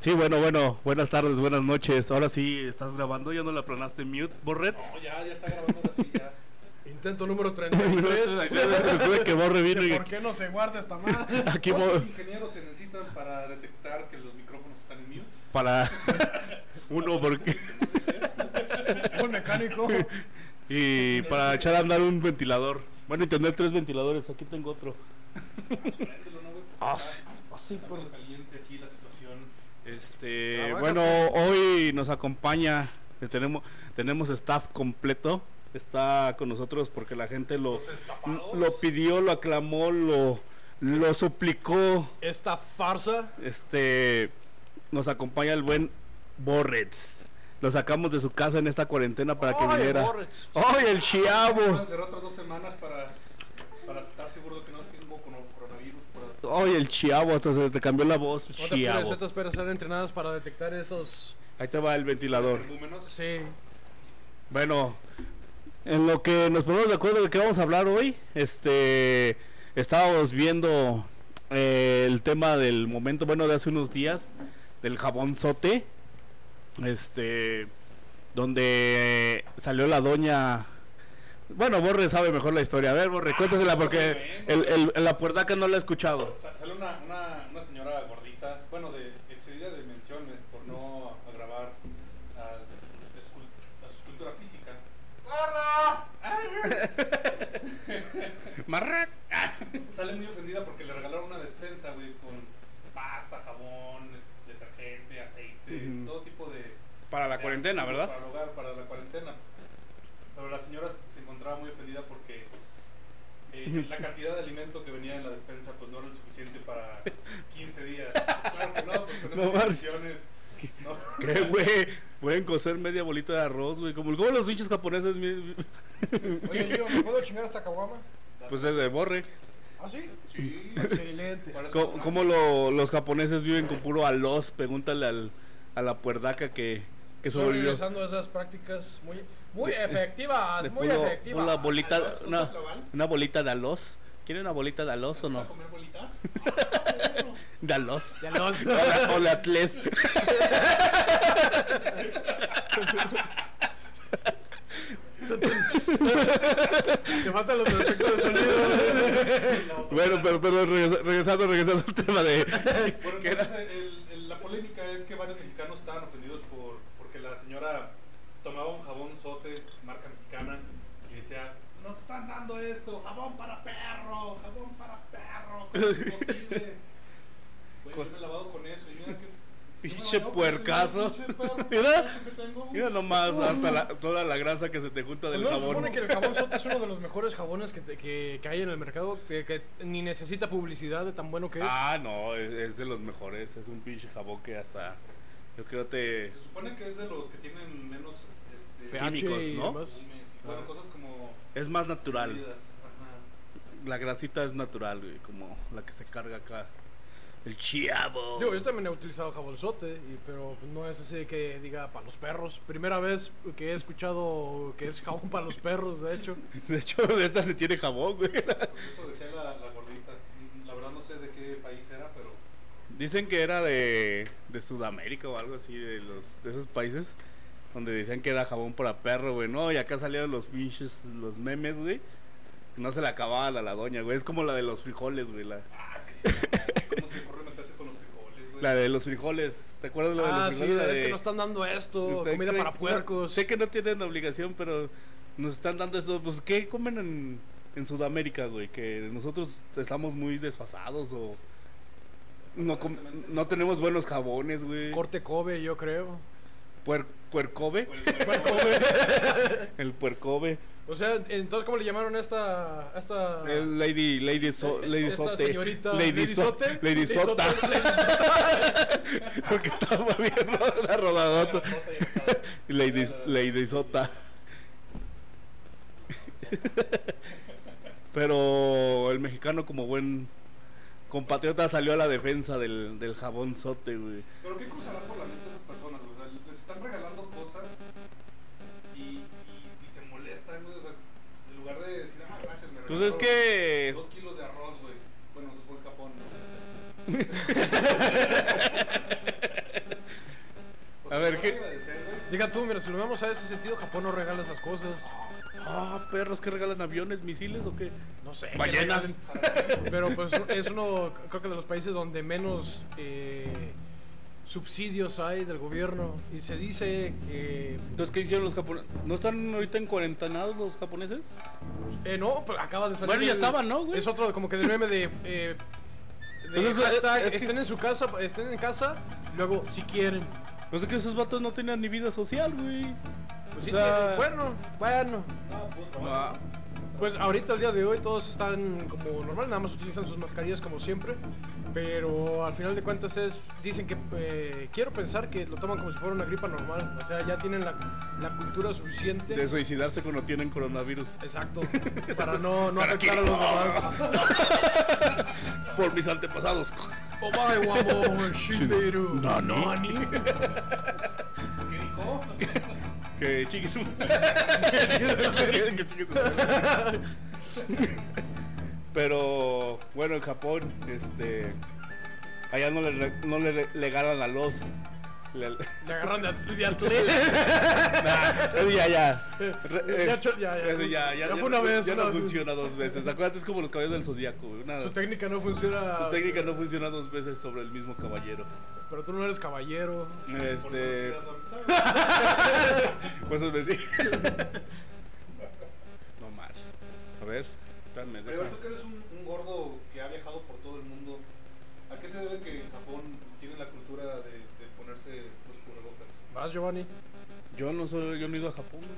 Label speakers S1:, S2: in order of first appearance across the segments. S1: Sí, bueno, bueno, buenas tardes, buenas noches. Ahora sí, estás grabando, ya no la planaste en mute, Borrets.
S2: No, ya, ya está grabando así, ya. Intento número
S1: Estuve
S2: 33.
S1: que borre vino y
S2: ¿Por qué no se guarda esta madre?
S1: aquí
S3: ¿Cuántos
S1: mo-
S3: ingenieros se necesitan para detectar que los micrófonos están en mute?
S1: para uno porque
S2: Un mecánico.
S1: y para echar a andar un ventilador. Bueno, y tener tres ventiladores, aquí tengo otro.
S3: Préndelo, ¿no, güey?
S1: Ah,
S3: Porque
S1: sí, ah, sí,
S3: Está
S1: por-
S3: todo caliente aquí la situación.
S1: Este,
S2: Ah,
S1: bueno,
S2: bueno,
S1: hoy nos acompaña, eh, tenemos, tenemos staff completo, está con nosotros porque la gente lo,
S3: Los estafados.
S1: lo pidió, lo aclamó, lo, lo suplicó.
S2: Esta farsa.
S1: Este, nos acompaña el buen Borrets. Lo sacamos de su casa en esta cuarentena para que
S2: Ay,
S1: viniera.
S2: Borres.
S1: ¡Ay, el
S3: Van a
S1: chiavo!
S3: cerrar otras dos semanas para, para estar seguro de que no tengo cono- coronavirus. para-
S1: ¡Ay, el chiavo! Hasta se te cambió la voz,
S2: No te apures,
S1: chiavo.
S2: estas perras están entrenadas para detectar esos.
S1: Ahí te va el ventilador.
S3: Energúmenos.
S2: Sí.
S1: Bueno, en lo que nos ponemos de acuerdo de qué vamos a hablar hoy, este, estábamos viendo eh, el tema del momento, bueno, de hace unos días, del jabón sote, este, donde eh, salió la doña... Bueno, Borre sabe mejor la historia. A ver, Borre, cuéntasela porque el, el- la puertaca no la he escuchado.
S3: Sa- Sale una, una, una señora gordita, bueno, de excedida de dimensiones por no agravar a su, escul- a su escultura física. ¡Gorda!
S1: Marra.
S3: Sale muy ofendida porque le regalaron una despensa, güey, con pasta, jabón, es- detergente, aceite,
S1: Ujú.
S3: todo tipo de...
S1: Para la
S3: de
S1: cuarentena,
S3: artículos
S1: ¿verdad?
S3: Para el hogar, para la cuarentena. Pero la señora s- se encontraba muy ofendida porque eh, la cantidad de alimento que venía en la despensa pues no era el suficiente para 15 días. Pues claro que no, pues con
S1: No
S3: esas
S1: mames.
S3: condiciones... No.
S1: ¿Qué, güey? Pueden cocer media bolita de arroz, güey. Como, como los pinches japoneses. mi-
S2: Oye, yo, ¿me puedo chingar esta caguama?
S1: Pues es de borre.
S2: ¿Ah, sí?
S3: Sí.
S2: Excelente.
S3: Por eso
S1: Co-
S3: no.
S1: ¿Cómo lo- los japoneses viven con puro alos? Pregúntale al, a la puerdaca que, que
S2: Estoy
S1: sobrevivió.
S2: regresando a esas prácticas muy, muy
S1: De-
S2: efectivas,
S1: Le
S2: muy
S1: puso
S2: efectivas.
S1: una bolita,
S3: ¿Alos? ¿Gusta
S1: una,
S3: global?
S1: una bolita de alos. ¿Quieren una bolita de alos o
S3: ¿Vas
S1: no?
S3: a comer bolitas?
S1: De alos.
S2: Ya no sé.
S1: O de- o de atles.
S2: Te faltan los efectos de sonido.
S1: Bueno, pero, pero regresa- regresando, regresando al tema de...
S3: Bueno, entonces, el- el- la polémica es que varios mexicanos estaban ofendidos por porque la señora tomaba un jabón sote, marca mexicana, y decía, nos están dando esto, jabón para perro, jabón para perro, ¿cómo es posible? Güey, yo me he lavado con eso, y mira que...
S1: Pinche
S3: yo me he lavado con ese
S1: puercazo.
S3: pinche perro,
S1: Mira.
S3: eso que tengo,
S1: Mira nomás hasta la- toda la grasa que se te junta del
S2: Pues ¿No se
S1: jabón.
S2: supone que el jabón sote es uno de los mejores jabones que, te- que, que hay en el mercado? Que, que ni necesita publicidad de tan bueno que es.
S1: Ah, no, es, es de los mejores. Es un pinche jabón que hasta... Yo creo te...
S3: Se supone que es de los que tienen menos... Este,
S2: pH
S1: químicos,
S2: y
S1: ¿no?
S2: demás.
S3: humes y,
S1: Ah.
S3: bueno, cosas como...
S1: Es más natural.
S3: bebidas, ajá.
S1: La grasita es natural, güey, como la que se carga acá. El chiavo.
S2: Digo, yo también he utilizado jabón sote, y- pero no es así que diga para los perros. Primera vez que he escuchado que es jabón para los perros, de hecho.
S1: De hecho, de esta le tiene jabón, güey.
S3: Pues eso decía la, la gordita. La verdad no sé de qué país era, pero
S1: Dicen que era de, de Sudamérica o algo así, de, los, de esos países. Donde decían que era jabón para perro, güey. No, y acá salieron los pinches, los memes, güey. que No se le acababan a la doña, güey. Es como la de los frijoles, güey. La,
S3: Ah, es que sí. ¿Cómo se le ocurre meterse con los frijoles, güey?
S1: la de los frijoles. ¿Se acuerdan la de
S2: ah,
S1: los
S2: sí,
S1: frijoles? La
S2: es
S1: de-
S2: que nos están dando esto,
S1: Usted
S2: comida
S1: cree-
S2: para
S1: no,
S2: puercos.
S1: sé que no tienen obligación, pero nos están dando esto. Pues, ¿qué comen en, en Sudamérica, güey? Que nosotros estamos muy desfasados o no, com- no tenemos buenos jabones, güey.
S2: Corte Kobe, yo creo.
S1: Puer- puercobe.
S3: Pues, güey,
S1: El puercobe.
S2: O sea, entonces, ¿cómo le llamaron a esta, a esta,
S1: El Eh, lady, lady, so-
S2: eh,
S1: lady
S2: esta
S1: sote.
S2: señorita?
S1: Lady, so-
S2: Sote?
S1: Lady sota.
S2: Sote, Lady Sota.
S1: Porque estaba viendo la
S3: la
S1: rodadota.
S3: rota y acá.
S1: Lady, lady sota. Pero el mexicano como buen compatriota salió a la defensa del, del jabón sote, güey.
S3: Pero qué cruzará por la mente de esas personas, güey. O sea, les están regalando cosas y, y, y se molestan, güey. O sea, en lugar de decir, ah, gracias, me
S1: Pues es
S3: regalaron
S1: que...
S3: Dos kilos de arroz, güey. Bueno, eso fue en Japón, ¿no?
S4: ver, ¿qué?
S2: Diga tú, mira, si lo vemos a ese sentido, Japón no regala esas cosas.
S1: Ah, perros que regalan aviones, misiles o qué?
S2: No sé. que
S1: Ballenas.
S2: regalen. Pero pues es uno, creo que de los países donde menos eh, subsidios hay del gobierno. Y se dice que...
S1: Entonces, ¿qué hicieron los japoneses? ¿No están ahorita en cuarentanados los japoneses?
S2: Eh, no, pero acaba de salir...
S1: Bueno, ya
S2: el-
S1: estaban, ¿no, güey?
S2: Es otro como que de meme de... eh, de
S1: Pues es-
S2: hashtag,
S1: es que-
S2: estén en su casa, estén en casa, luego si quieren.
S1: No sé que esos vatos no tenían ni vida social, güey.
S2: Pues,
S1: O
S2: sí,
S1: sea-
S2: bueno, bueno.
S1: Ah,
S2: Pues ahorita, al día de hoy, todos están como normal, nada más utilizan sus mascarillas como siempre, pero al final de cuentas es, dicen que, eh, quiero pensar que lo toman como si fuera una gripa normal, o sea, ya tienen la, la cultura suficiente.
S1: de suicidarse cuando tienen coronavirus.
S2: Exacto, para no, no afectar a los demás.
S1: Por mis antepasados.
S2: Oh my guapo, shinderu.
S1: No, no.
S5: ¿Qué dijo?
S1: Que chiquis. Pero bueno, en Japón, este. Allá no le, re- no le, re- le ganan a los. le-
S2: Le agarran de, at- de atleta.
S1: Nah, ya, ya. Re-
S2: Ya,
S1: es-
S2: cho- ya, ya.
S1: eso ya, ya,
S2: Ya fue una
S1: no-
S2: vez,
S1: Ya
S2: una
S1: no
S2: vez.
S1: funciona dos veces. Acuérdate, es como los caballos del zodiaco. güey, Una,
S2: Su técnica no funciona.
S1: tu técnica no funciona dos veces sobre el mismo caballero.
S2: Pero tú no eres caballero.
S1: Este.
S5: Este.
S1: Pues os decí. No más. A ver, espérame.
S5: Pero
S1: deja.
S5: tú que eres un, un gordo que ha viajado por todo el mundo, ¿a qué se debe que en Japón tienen la cultura de, de ponerse los cubrebocas?
S2: Vas, Giovanni.
S1: Yo no soy, yo no he ido a Japón. güey.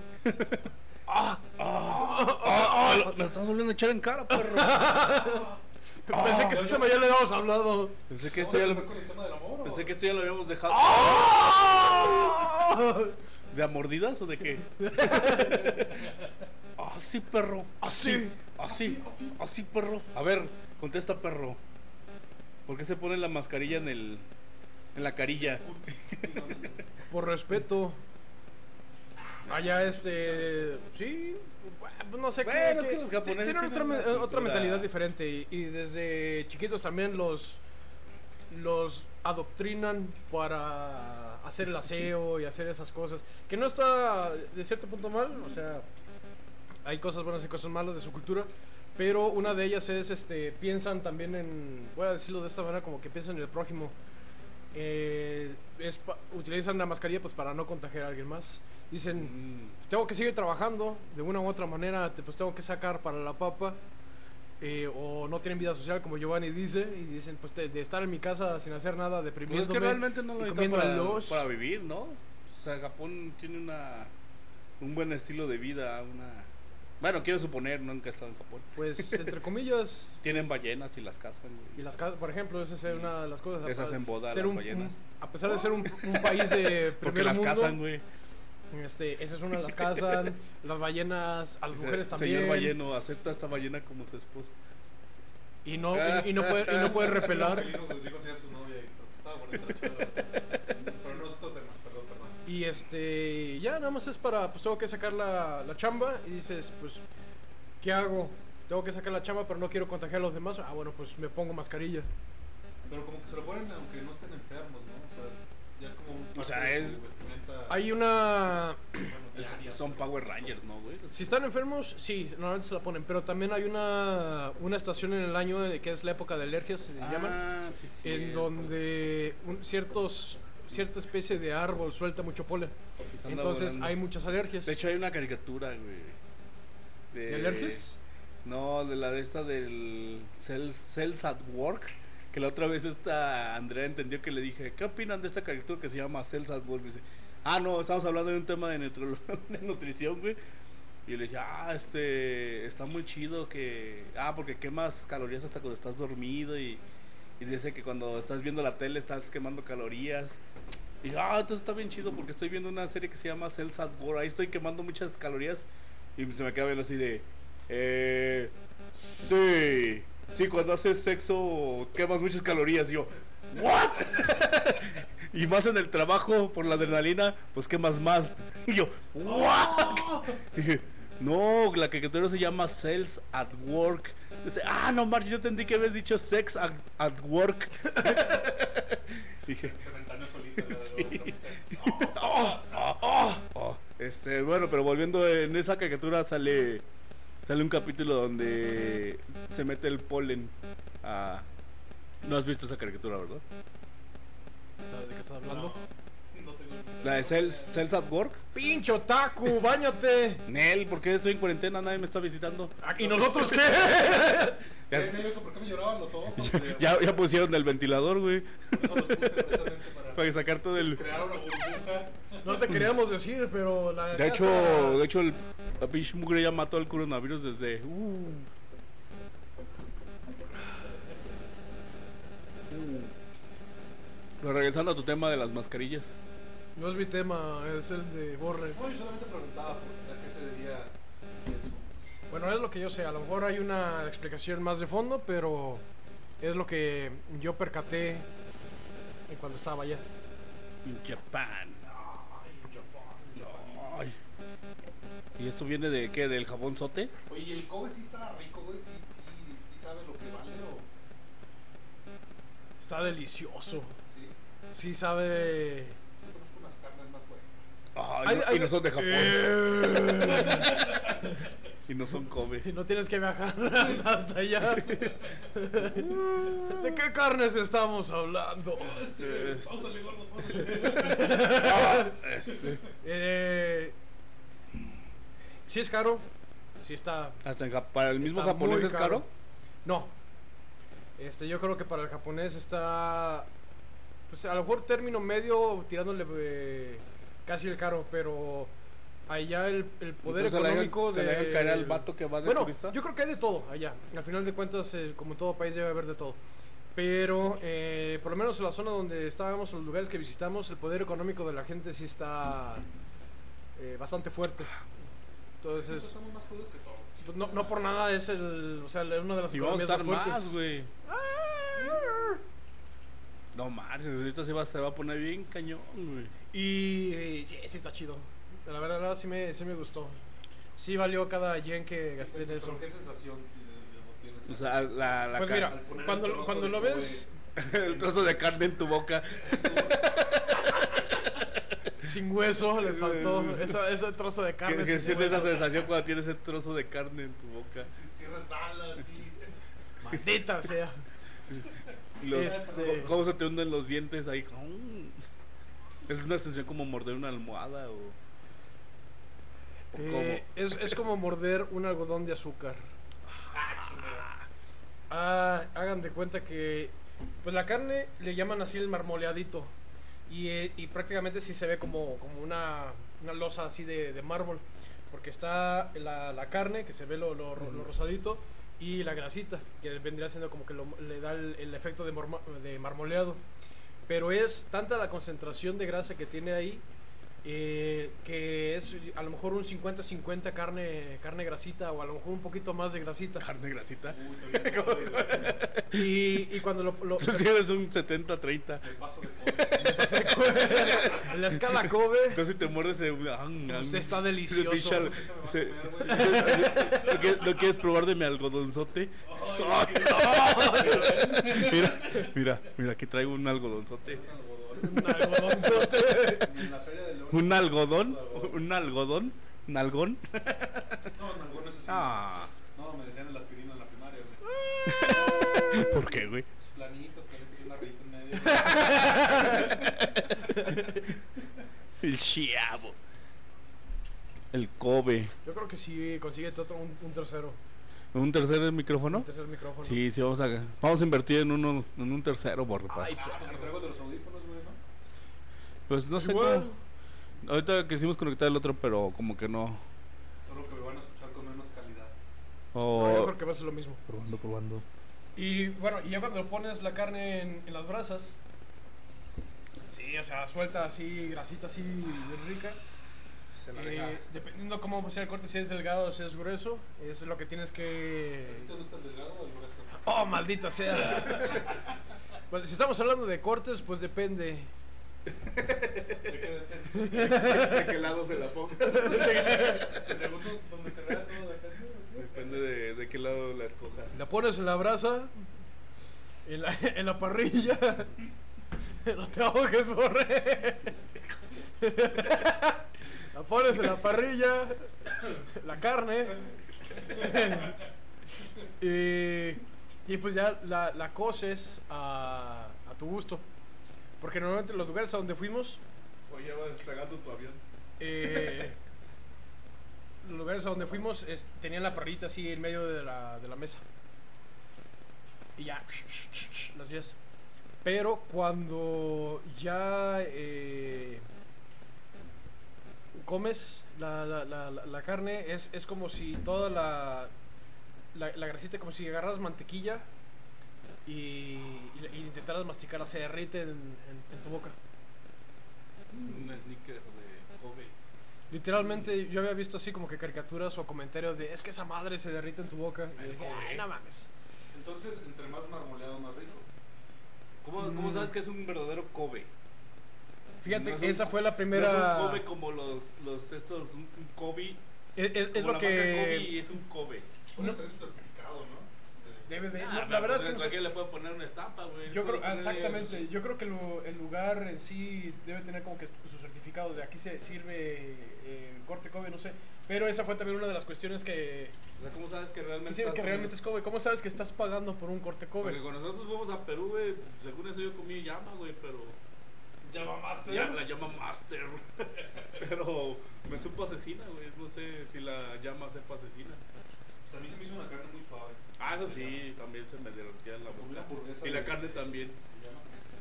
S2: ¡Ah!
S1: Ah, lo- me estás volviendo a echar en cara, perro.
S2: Pensé que ese tema ya le habíamos hablado.
S1: Pensé que
S5: Vamos a
S1: esto ya
S5: empezar
S1: lo,
S5: con el tema del amor. ¿o?
S1: pensé que esto ya lo habíamos dejado.
S2: Ah,
S1: ¿De a mordidas o de qué? Ah, sí, perro. Así, así, así, perro. A ver, contesta, perro. ¿Por qué se pone la mascarilla en el en la carilla?
S2: Por respeto. Allá este... Sí. bu- No sé qué-
S1: Bueno, es
S2: qué-
S1: que los japoneses
S2: Tienen otra,
S1: tienen
S2: me-
S1: una
S2: otra
S1: cultura.
S2: mentalidad diferente. Y, y desde chiquitos también los... Los adoctrinan para hacer el aseo y hacer esas cosas. Que no está de cierto punto mal. O sea, hay cosas buenas y cosas malas de su cultura, pero una de ellas es, este, piensan también en, voy a decirlo de esta manera, como que piensan en el prójimo. Eh, es pa- utilizan la mascarilla pues para no contagiar a alguien más. Dicen, tengo que seguir trabajando de una u otra manera, te- pues tengo que sacar para la papa. eh, o no tienen vida social como Giovanni dice y dicen pues de, de estar en mi casa sin hacer nada
S1: Pues es
S2: deprimiéndome
S1: que realmente no
S2: y
S1: lo necesitan
S2: comiendo
S1: para,
S2: los-
S1: para vivir, ¿no? O sea, Japón tiene una un buen estilo de vida, una bueno, quiero suponer, nunca he estado en Japón.
S2: pues entre comillas
S1: Tienen ballenas y las cazan. güey.
S2: Y las casas, por ejemplo, esa es una de las cosas.
S1: Les hacen boda a las
S2: un-
S1: ballenas.
S2: un- a pesar de ser un, un país de
S1: Porque
S2: primer
S1: las
S2: mundo,
S1: cazan, güey.
S2: este, esa es una de las casas, las ballenas, a las
S1: Dice,
S2: mujeres también.
S1: Señor balleno, acepta a esta ballena como su esposa.
S2: Y no, y, y no puede, y no puede repelar.
S5: Dijo, dijo si era su novia y pero estaba bonita la chava. Pero no es otro tema, perdón, perdón.
S2: Y este, ya nada más es para, pues tengo que sacar la, la chamba y dices, pues, ¿qué hago? Tengo que sacar la chamba, pero no quiero contagiar a los demás. Ah, bueno, pues me pongo mascarilla.
S5: Pero como que se lo ponen aunque no estén enfermos, ¿no? O sea, ya es como un
S1: O
S5: parte
S1: sea,
S5: de
S1: es-
S5: su vestimenta.
S2: Hay una
S5: bueno, diaria.
S1: Son Power Rangers, ¿no, güey?
S2: Si están enfermos, sí, normalmente se la ponen, pero también hay una, una estación en el año eh, que es la época de alergias, se llaman,
S1: Ah, sí, sí.
S2: en donde un- ciertos, cierta especie de árbol suelta mucho polen. Entonces hay muchas alergias.
S1: De hecho, hay una caricatura, güey.
S2: ¿De alergias?
S1: No, de la de esta del Cells, Cells at Work. Que la otra vez esta Andrea entendió que le dije, ¿qué opinan de esta caricatura que se llama Cells at Work? Y dice, ah, no, estamos hablando de un tema de, nutri- de nutrición, güey. Y yo le decía, ah, este, está muy chido que, ah, porque quemas calorías hasta cuando estás dormido y, y dice que cuando estás viendo la tele estás quemando calorías. Y yo, ah, entonces está bien chido porque estoy viendo una serie que se llama Cells at Work, ahí estoy quemando muchas calorías y se me queda viendo así de, eh, sí, sí, cuando haces sexo quemas muchas calorías. Y yo, ¿what? y más en el trabajo por la adrenalina, pues quemas más. Y yo, ¿what? Dije, no, la caricatura se llama Cells at Work. Dice, ah, no, March, yo entendí que habías dicho Sex at, at Work. Dije,
S5: Se ventaneó solita la de la otra muchacha.
S1: Este, bueno, pero volviendo, en esa caricatura sale sale un capítulo donde se mete el polen a... No has visto esa caricatura, ¿verdad? eh,
S2: ¿Sabes de qué estás hablando?
S5: No tengo
S1: La de Cells, Cells at Work.
S2: ¡Pincho taco! ¡Báñate!
S1: Nel, ¿por qué estoy en cuarentena? Nadie me está visitando.
S2: Ah, ¿Y nosotros qué?
S1: Ya,
S5: ¿En serio? ¿Por qué me lloraban los ojos?
S1: ya- ya- ya pusieron el ventilador, güey.
S5: Eso los puse precisamente para
S1: Para sacar todo el...
S5: crear una burbuja.
S2: No te queríamos decir, pero la.
S1: De
S2: casa-
S1: hecho, de hecho el, la pinche mugre ya mató al coronavirus desde... uh. Pero regresando a tu tema de las mascarillas.
S2: No es mi tema, es el de Borre.
S5: No, yo solamente preguntaba por a qué se debía eso.
S2: Bueno, es lo que yo sé. A lo mejor hay una explicación más de fondo, pero es lo que yo percaté en cuando estaba allá.
S1: En Japón.
S5: Ay, Japón.
S1: Ay. ¿Y esto viene de qué? ¿Del jabón sote?
S5: Oye, ¿y el Kobe sí está rico, güey? ¿Sí, sí, sí sabe lo que vale o...?
S2: Está delicioso.
S5: Sí,
S2: Sí sabe.
S5: yo conozco unas carnes más buenas.
S1: Ay,
S2: Ay,
S1: no-
S2: ay,
S1: y no son de Japón.
S2: Eh,
S1: Y no son Kobe.
S2: y no tienes que viajar hasta allá. ¿De qué carnes estamos hablando?
S5: Este,
S1: Este-
S5: Pásale, gordo, pásale.
S1: Ah, este.
S2: Eh, sí es caro. Sí está
S1: Hasta en Jap- para el mismo
S2: Está
S1: japonés
S2: muy
S1: es caro.
S2: No. Este, yo creo que para el japonés está. Pues a lo mejor término medio tirándole eh, casi el caro, pero allá el, el poder
S1: Entonces, se le deja-
S2: económico
S1: se
S2: de.
S1: le deja caer al vato que va de
S2: bueno,
S1: turista.
S2: Yo creo que hay de todo allá. Al final de cuentas, eh, como en todo país, debe haber de todo. Pero eh, por lo menos en la zona donde estábamos, en los lugares que visitamos, el poder económico de la gente sí está eh, bastante fuerte.
S5: Nosotros
S2: Entonces, pues,
S5: estamos más jodidos que todos. chicos.
S2: no, no por nada es el, o sea, una de las
S1: Y vamos a
S2: economías
S1: estar
S2: más fuertes.
S1: más, güey. No mames, ahorita se va, se va a poner bien cañón, güey.
S2: Y eh, sí, sí está chido. La verdad, la verdad, sí me, sí me gustó. Sí valió cada yen que gasté en
S5: Pero
S2: eso.
S5: ¿Qué sensación tiene- tienes?
S1: O sea, la, la
S2: Pues
S1: ca-
S2: mira,
S5: poner
S2: cuando,
S5: el trozo
S2: cuando
S5: de
S2: lo
S5: Kobe.
S2: ves
S1: el trozo de carne en tu boca.
S2: sin hueso, le faltó
S1: Sí, sí.
S2: esa- ese trozo de
S1: Que,
S2: carne.
S1: que
S2: sin
S1: sientes esa
S2: hueso.
S1: sensación cuando tienes ese trozo de carne en tu boca.
S5: Si, si resbala, sí.
S2: Maldita sea.
S1: Y los-
S2: Este-
S1: ¿Cómo se te hunden los dientes ahí? Mm. Es una sensación como morder una almohada o... ¿O
S2: Eh, es, es como morder un algodón de azúcar. Ah, hagan de cuenta que pues la carne le llaman así el marmoleadito y, eh, y prácticamente sí se ve como, como una, una losa así de, de mármol porque está la, la carne que se ve lo, lo ro- lo rosadito y la grasita que vendría siendo como que lo- le da el, el efecto de, morma- de marmoleado pero es tanta la concentración de grasa que tiene ahí eh, que es a lo mejor un 50-50 carne, carne grasita o a lo mejor un poquito más de grasita.
S1: como carne grasita?
S5: Uy, todavía no, güey.
S2: Y, y cuando lo, lo-
S1: Tú sí eres un 70-30.
S5: El paso de Kobe.
S2: pasé con- la escala Kobe,
S1: Entonces si te muerdes... eh, ah, ah,
S2: usted está
S1: se te hincha
S2: delicioso.
S1: el-
S5: Échame, vas a
S1: se-
S5: comer, güey.
S1: ¿Lo quieres, lo quieres probar de mi algodonzote?
S5: Ay, qué
S1: Mira, mira, mira, aquí traigo un algodonzote.
S5: algodón.
S2: Un algodonzote.
S5: Ni En la feria de León.
S1: ¿Un algodón? ¿Un algodón? ¿Nalgón?
S5: No, en algodón eso sí.
S1: Ah,
S5: No, me decían el aspirina en la primaria, güey.
S1: ¿por qué, güey?
S5: Planitos, planitos y una rayita en medio.
S1: El chiavo. El Kobe.
S2: Yo creo que sí, consíguete otro, un, un tercero.
S1: ¿Un tercer
S2: Un
S1: micrófono?
S2: tercer micrófono.
S1: Sí, sí, vamos a, vamos a invertir en, uno, en un tercero, borre. pa.
S2: Ay,
S5: Ah, pues me traigo de los audífonos, güey, ¿no?
S1: Pues no sé
S2: Igual.
S1: cómo- Ahorita quisimos conectar el otro, pero como que no.
S5: Solo que me van a escuchar con menos calidad.
S1: O-
S2: No, yo creo que va a ser lo mismo.
S4: Probando, probando.
S2: Y bueno, y ya cuando pones la carne en, en las brasas, sí, o sea, suelta así, grasita así bien rica. Eh, dependiendo cómo sea el corte, si es delgado o si es grueso, es lo que tienes que.
S5: ¿A ti te gusta el delgado o el grueso?
S2: ¡Oh, maldita sea! bueno, si estamos hablando de cortes, pues depende.
S5: ¿De qué depende?
S1: ¿De qué lado se la ponga?
S5: Según tú, donde se vea todo depende, güey.
S1: Depende de, de qué lado la escoja.
S2: La pones en la brasa, en la, en la parrilla. no te ahogues, borre. La pones en la parrilla, la carne. y, y pues ya la, la coces a, a tu gusto. Porque normalmente los lugares a donde fuimos,
S3: O ya vas despegando tu avión.
S2: eh, los lugares a donde fuimos es- tenían la parrita así en medio de la, de la mesa. Y ya, las 10. Pero cuando ya eh, comes la, la- la- la- la carne, es, es como si toda la, la, la grasita, como si agarras mantequilla y, y la- y intentaras masticarla, se derrite en- en- en tu boca.
S3: Un sneaker de Kobe.
S2: Literalmente yo había visto así como que caricaturas o comentarios de es que esa madre se derrite en tu boca. Y
S3: Ay,
S2: dije,
S3: joder.
S2: "Ay, no mames.
S3: Entonces, entre más marmoleado, más rico.
S1: ¿Cómo,
S2: Mm.
S1: cómo sabes que es un verdadero Kobe?
S2: Fíjate
S1: No es
S2: que
S1: un-
S2: esa fue la
S1: No
S2: primera.
S1: es un Kobe como los, los estos, un, un Kobe.
S2: es es- es
S1: como
S2: lo
S1: la marca Kobe y
S2: que.
S1: es un Kobe.
S3: Bueno,
S2: No.
S3: trae su certificado, ¿no? De-
S2: Debe de-
S1: Ah,
S2: no, la
S1: pero
S2: verdad
S1: pues
S2: es que no sé-
S1: cualquiera le puede poner una estampa, güey.
S2: yo creo
S1: Puede ponerle
S2: exactamente.
S1: sus-
S2: Yo creo que lo- el lugar en sí debe tener como que su certificado de aquí se sirve eh, corte Kobe, no sé. Pero esa fue también una de las cuestiones que
S1: O sea, ¿cómo sabes que
S2: que
S1: realmente,
S2: sí,
S1: estás
S2: que realmente es
S1: comiendo?
S2: Kobe. ¿Cómo sabes que estás pagando por un corte
S1: Porque
S2: Kobe?
S1: cuando nosotros fuimos a Perú, güey, según eso yo comí llama, güey, pero...
S3: Ya mamaste.
S1: Ya la llama Master. pero me supo asesina, güey. No sé si la llama sepa asesina.
S3: Pues a mí se me hizo una carne muy suave.
S1: Ah, eso sí, también se me derretía en la
S3: Comí una
S1: boca.
S3: hamburguesa
S1: Y la
S3: de-
S1: carne Este también.
S3: Ya mamaste.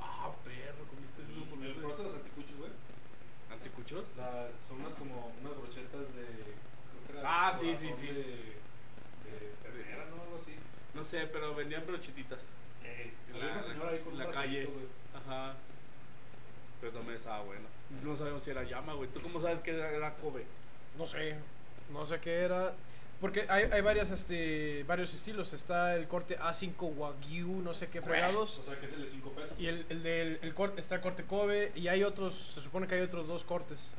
S1: Ah, perro, comiste
S3: Y
S1: unos
S3: si me
S1: hamburguesas
S3: conoces los anticuchos, güey.
S1: anticuchos.
S3: Las, son unas como unas brochetas de. Creo que era
S1: Ah, sí,
S3: corazón
S1: sí, sí.
S3: De, de ternera, ¿no? Algo así.
S1: No sé, pero vendían brochetitas.
S3: Y
S1: Eh, la-
S3: había una señora ahí con
S1: la
S3: un
S1: calle.
S3: bracito, güey.
S1: Ajá. Pero no me estaba bueno. No sabemos si era llama, güey. ¿Tú cómo sabes que era, era Kobe?
S2: No sé, no sé qué era. Porque hay, hay varias, este, varios estilos. Está el corte A5 Wagyu, no sé qué fregados.
S3: O sea, que es el de 5 pesos.
S2: Y el, el del el corte, está el corte Kobe. Y hay otros, se supone que hay otros dos cortes.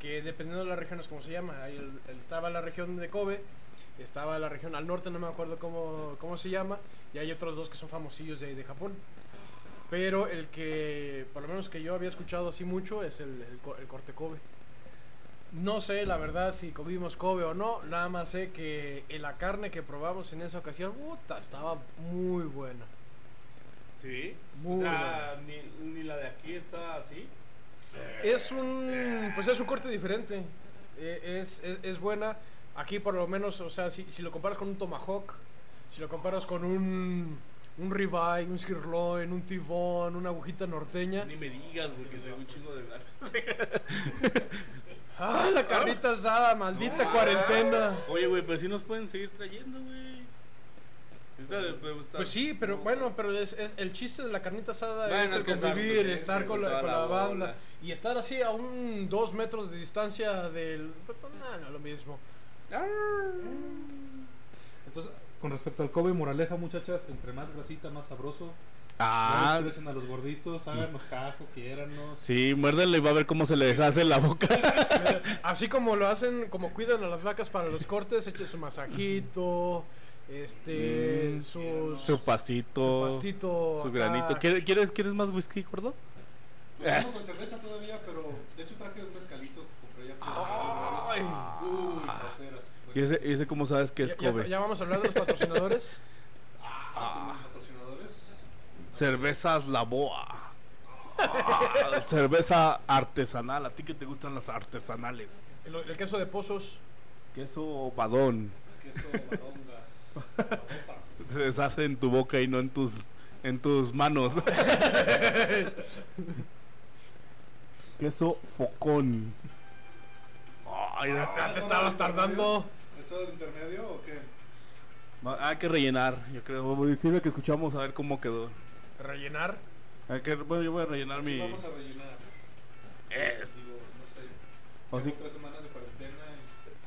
S2: Que dependiendo de la región es como se llama. Ahí el- el- estaba la región de Kobe. Estaba la región al norte, no me acuerdo cómo, cómo se llama. Y hay otros dos que son famosillos de, de Japón. Pero el que, por lo menos que yo había escuchado así mucho, es el, el co- el corte Kobe. No sé, la verdad, si comimos Kobe o no. Nada más sé que eh, la carne que probamos en esa ocasión, puta, estaba muy buena.
S1: Sí.
S2: Muy
S1: o sea, ni, ni la de aquí está así.
S2: Es un. Pues es un corte diferente. Eh, Es, es- es buena. Aquí, por lo menos, o sea, si, si lo comparas con un tomahawk, si lo comparas con un. Un ribeye, un sirloin, un tibón, una agujita norteña.
S1: Ni me digas, güey, que tengo un chingo de ganas.
S2: ¡Ah, la carnita asada! ¡Maldita
S1: No,
S2: cuarentena!
S1: Oye, güey, pero sí nos pueden seguir trayendo, güey. Esta le puede gustar.
S2: Pues sí, pero bueno, pero es, es- el chiste de la carnita asada
S1: Bueno,
S2: es el
S1: es que estar
S2: convivir,
S1: con-
S2: estar con la,
S1: toda
S2: con
S1: la
S2: la banda
S1: bola.
S2: y estar así a un dos metros de distancia del... pues, No, no, lo mismo.
S6: Entonces, con respecto al Kobe, moraleja, muchachas, entre más grasita, más sabroso.
S7: Ah,
S6: no les crecen a los gorditos, háganos caso, quiéranos.
S7: sí, muérdele y va a ver cómo se le deshace la boca.
S2: Así como lo hacen, como cuidan a las vacas para los cortes, echen su masajito, este,
S7: Mm.
S2: su,
S7: Su
S2: su
S7: pastito, su,
S2: pastito, acá.
S7: granito. ¿Quiere- ¿Quieres, ¿Quieres más whisky, gordo?
S3: Lo tengo con cerveza todavía, pero de hecho traje un mezcalito que compré ya.
S2: Ay.
S3: Uy, paperas.
S7: ¿Y ese, y ese cómo sabes que
S2: Ya-
S7: es
S2: ya, está-
S7: Kobe?
S2: ya vamos a hablar de los patrocinadores.
S3: Ah, ¿tienen patrocinadores?
S7: Cervezas La Boa. Ah, cerveza artesanal. ¿A ti que te gustan las artesanales?
S2: El, el queso de pozos.
S7: Queso badón.
S3: Queso, barongas, babotas.
S7: Se deshace en tu boca y no en tus, en tus manos. Queso focón. Ay, de
S3: Ah,
S7: repente
S3: no,
S7: estabas
S3: no,
S7: tardando.
S3: ¿Eso del intermedio o qué?
S7: Va- Ah, Hay que rellenar, yo creo. Sirve que escuchamos a ver cómo quedó.
S2: Rellenar.
S7: Hay que- bueno, yo voy a rellenar mi.
S3: Vamos a rellenar.
S7: Es-
S3: Digo, no sé.
S7: O
S3: Tengo
S7: sí.
S3: tres semanas de cuarentena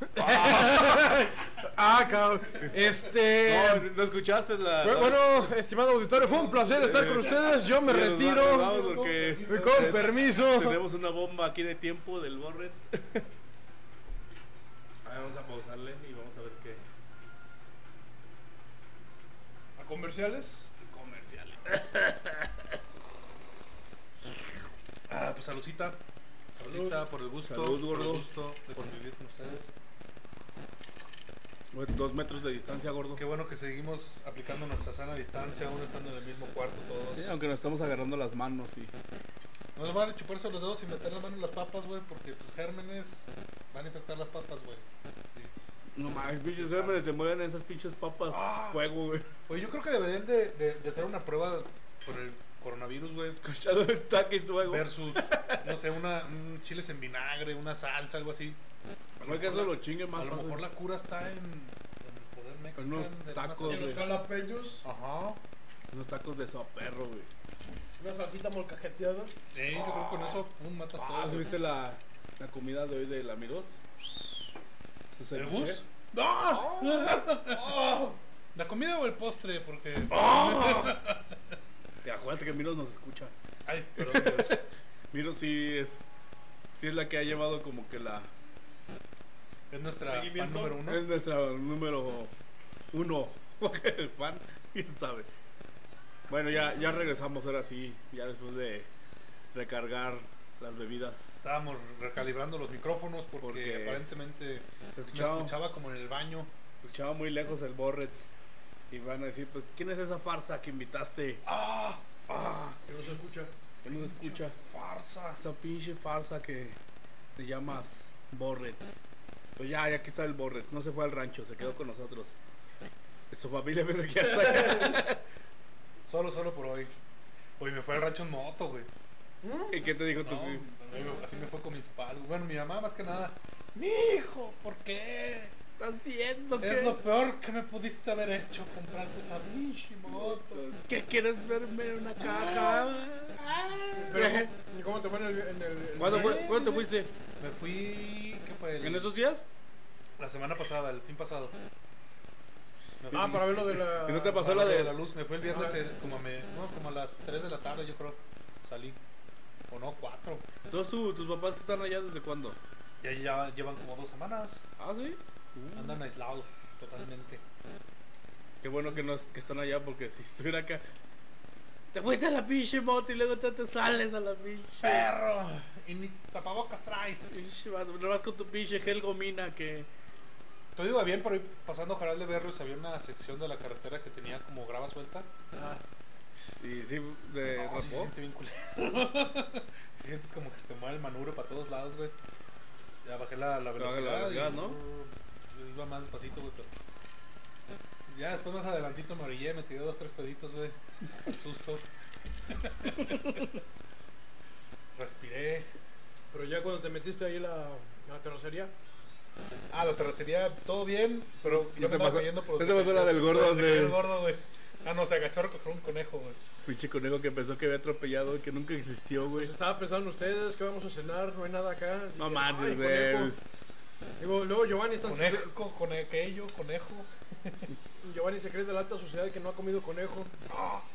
S3: y
S2: Ah, cabrón. Este.
S1: No, ¿no escuchaste la.
S2: Bu- Bueno, estimado auditorio, fue un placer estar con ustedes. Yo me
S1: Ya nos vamos
S2: retiro.
S1: porque
S2: Con permiso.
S1: tenemos una bomba aquí de tiempo del Borret. A ver, vamos a pausarle y vamos a ver qué
S2: ¿A comerciales?
S1: comerciales. Ah, pues salucita.
S3: Ahorita, por el gusto,
S1: Salud,
S3: por el
S1: gordo.
S3: gusto de convivir con ustedes.
S1: Dos metros de distancia, gordo.
S3: Qué bueno que seguimos aplicando nuestra sana distancia, aún estando en el mismo cuarto todos.
S8: Sí, aunque nos estamos agarrando las manos y
S3: No se Pues van a chuparse los dedos y meter la mano en las papas, güey, porque tus gérmenes van a infectar las papas, güey.
S1: No mames, pinches gérmenes te mueven esas pinches papas. Fuego, güey.
S3: Oye, yo creo que deberían de, de- de hacer una prueba por el coronavirus, güey.
S1: Cachado el taque y fuego.
S3: Versus, no sé, una, un chiles en vinagre, una salsa, algo así.
S1: No hay que hacerlo chingue
S3: A
S1: más.
S3: lo
S1: fácil.
S3: mejor la cura está en, en el poder mexicano.
S1: unos tacos, güey.
S2: jalapeños,
S3: Ajá.
S1: Unos tacos de soperro, güey.
S2: una salsita molcajeteada.
S3: Sí, yo creo que con eso pum, matas
S1: Ah,
S3: todo. güey.
S1: ¿subiste la, la comida de hoy de la Miros?
S3: ¿El bus? ¿La comida o el postre? Porque.
S1: Te acuérdate que Miros nos escucha.
S3: Ay, perdón, Dios.
S1: Miros sí es, sí es la que ha llevado como que la...
S3: Es nuestra fan
S1: Seguimiento.
S3: número uno.
S1: Es nuestra número uno. Porque El fan, quién sabe. Bueno, ya, ya regresamos ahora sí, ya después de recargar las bebidas.
S3: Estábamos recalibrando los micrófonos porque,
S1: Porque-
S3: aparentemente
S1: Se
S3: me
S1: escuchaba,
S3: escuchaba como en el baño.
S1: se escuchaba muy lejos el Borretz. Y van a decir, pues, ¿quién es esa farsa que invitaste? Ah,
S3: Que no se escucha.
S1: Que no se escucha. Farsa. Esa pinche farsa que te llamas Borret. Pues ya, ya aquí está el Borret. No se fue al rancho, se quedó con nosotros. Su familia me que ya está acá.
S3: Solo, solo por hoy. Hoy me fue al rancho en moto, güey.
S1: ¿Y qué te dijo tu
S3: No, amigo, así me fue con mis padres. güey. Bueno, mi mamá más que nada. Mi hijo, ¿por qué?
S1: ¿Estás viendo
S3: Es lo peor que me pudiste haber hecho, comprarte esa pinche moto.
S1: ¿Qué quieres verme en una caja? Ah, ¿eh?
S2: Pero, ¿y ¿Cómo te fue en el... en el- en
S1: ¿Cuándo,
S2: el-
S1: fue- cuándo te fuiste?
S3: Me fui, ¿qué fue? El-
S1: ¿En estos días?
S3: La semana pasada, el fin pasado. Me fui-
S2: Ah, para ver lo de la...
S1: ¿Y no te pasó
S3: para
S1: la
S3: lo
S1: de Ah.
S3: la luz? Me fue el viernes
S2: Ajá.
S3: el- como, me, no, como a las 3 de la tarde, yo creo. Salí. O no, 4.
S1: Entonces tú, tus papás están allá desde cuándo?
S3: Ya, ya llevan como dos semanas.
S1: Ah, sí.
S3: Andan aislados totalmente.
S1: Qué bueno que, no, es- que están allá porque si estuviera acá. Te fuiste a la pinche moto y luego te, te sales a la pinche.
S3: ¡Perro! Y ni tapabocas traes.
S1: Pinche vato, Lo vas con tu pinche gel gomina que.
S3: Todo iba bien, pero pasando Jaral de Berrios había una sección de la carretera que tenía como grava suelta.
S2: Ah,
S1: Sí, Ah, sí, de
S3: No, sí se siente bien culero. Si sientes como que se te mueve el manubrio para todos lados, güey. Ya bajé la,
S1: Baja la
S3: la velocidad. y-
S1: velocidad, ¿no?
S3: Yo iba más despacito, güey. pero- Ya después más adelantito me orillé, me tiré dos, tres peditos, güey. Al susto. Respiré.
S2: Pero ya cuando te metiste ahí en la, a la terracería,
S3: Ah, la terracería, todo bien, pero yo
S1: te
S3: me andaba
S1: pasó-
S3: cayendo por
S1: no te pasó la del gordo,
S3: Se cayó el
S1: güey.
S3: gordo, güey. Ah, no, se agachó a recoger un conejo, güey.
S1: Pinche conejo que pensó que había atropellado y que nunca existió, güey.
S2: pues estaba pensando en ustedes, que vamos a cenar, no hay nada acá.
S1: No
S2: Dije,
S1: mames,
S2: "Ay,
S1: güey.
S2: conejo". Digo, luego Giovanni está...
S3: Conejo, conequello, conejo.
S2: Giovanni se cree de la alta sociedad que no ha comido conejo.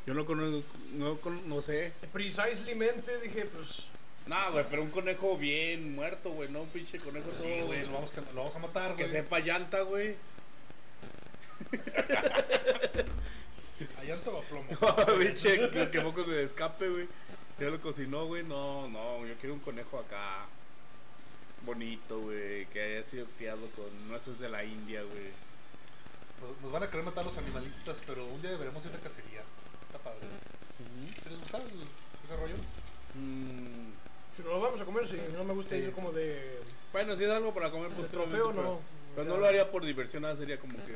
S1: Yo no conozco, no, con- no sé.
S2: Precisamente dije, pues...
S1: No, güey, pero un conejo bien muerto, güey. No, un pinche conejo
S3: Sí, güey, lo vamos, a- lo vamos a matar,
S1: Que
S3: güey.
S1: sepa llanta, güey.
S3: Allá te va plomo.
S1: Ah, Oh, Pinche, que, que poco de escape, güey. Ya lo cocinó, güey. No, no, yo quiero un conejo acá. Bonito, güey. Que haya sido criado con nueces de la India, güey.
S3: Pues, Nos, nos van a querer matar los animalistas, pero un día deberemos ir de cacería. Está padre. ¿Te les gusta el- ese rollo?
S1: Mm,
S2: Si nos lo vamos a comer, si no me gusta ir como de,
S1: Bueno, si es algo para comer,
S2: de
S1: pues
S2: trofeo,
S1: obviamente, Pero,
S2: no. O
S1: pero
S2: sea,
S1: no lo haría por diversión, nada, sería como que.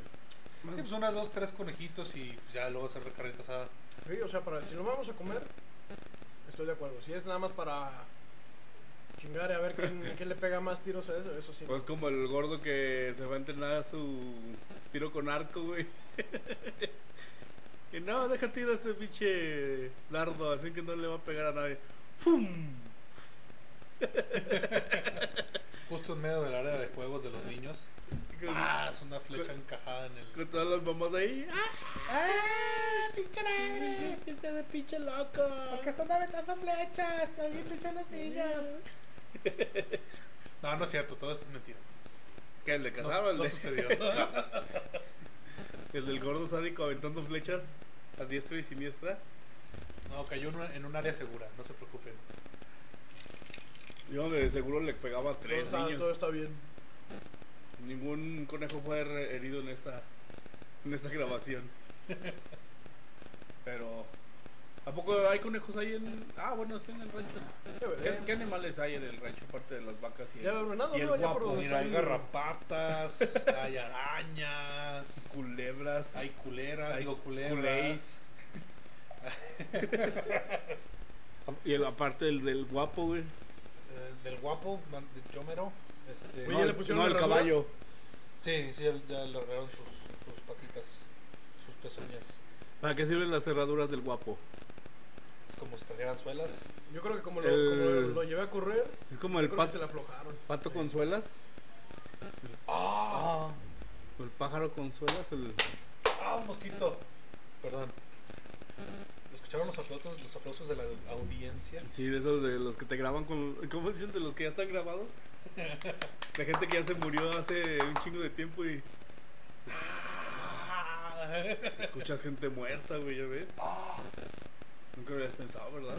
S3: Sí, pues unas dos, tres conejitos y ya luego hacer la carnita asada.
S2: Sí, o sea, para, si lo vamos a comer, estoy de acuerdo. Si es nada más para chingar y a ver quién, quién le pega más tiros a eso, eso sí.
S1: Pues como el gordo que se va a entrenar a su tiro con arco, güey. y no, deja tiro a este pinche lardo, así que no le va a pegar a nadie. ¡Pum!
S3: Justo en medio del área de juegos de los niños.
S1: Con,
S3: ¡Ah! Es una flecha encajada en el.
S1: con todas las mamás ahí. ¡Ah! ¡Ah! ¡Pinche madre! ¡Pinche de pinche loco!
S3: están aventando flechas? Nadie piensa en los niños. No, no es cierto, todo esto es mentira.
S1: ¿Qué? ¿El de
S3: No,
S1: Casaba? el,
S3: no
S1: de-
S3: sucedió.
S1: el del gordo sádico aventando flechas a diestra y siniestra.
S3: No, cayó en, una- en un área segura, no se preocupen.
S1: Yo de seguro le pegaba a
S2: Todo
S1: tres
S2: está,
S1: niños.
S2: todo está bien.
S1: Ningún conejo fue re- herido en esta, en esta grabación. Pero, ¿a poco hay conejos ahí en.? Ah, bueno, está en el rancho. ¿Qué, qué animales hay en el rancho aparte de las vacas? Y
S2: Ya veo venado,
S1: y el
S2: ¿no? Ya por
S1: guapo,
S2: donde
S3: Mira,
S2: está
S3: hay
S2: el-
S3: garrapatas, hay arañas,
S1: culebras.
S3: hay culeras,
S1: hay
S3: digo culeras.
S1: culeis. Y el, aparte del, del guapo, güey.
S3: eh, del guapo, man- de Chomero. Este,
S2: Oye, le
S1: no,
S2: pusieron la
S1: el
S2: herradura?
S1: caballo.
S3: Sí, sí, ya- ya le arreglaron sus, sus patitas, sus pezuñas.
S1: ¿Para qué sirven las cerraduras del guapo?
S3: Es como si trajeran suelas.
S2: Yo creo que como, lo,
S1: El-
S2: como lo- lo llevé a correr,
S1: Es como
S2: yo
S1: el
S2: creo que
S1: pato,
S2: se la aflojaron.
S1: pato con suelas,
S3: ¡Ah!
S1: o el pájaro con suelas, el...
S3: ¡Ah, un mosquito! Perdón. ¿Escucharon los aplausos, los aplausos de la audiencia?
S1: Sí, de esos de los que te graban con... ¿Cómo dicen? De los que ya están grabados. La gente que ya se murió hace un chingo de tiempo y escuchas gente muerta, güey, ¿ya ves? Nunca lo habías pensado, ¿verdad?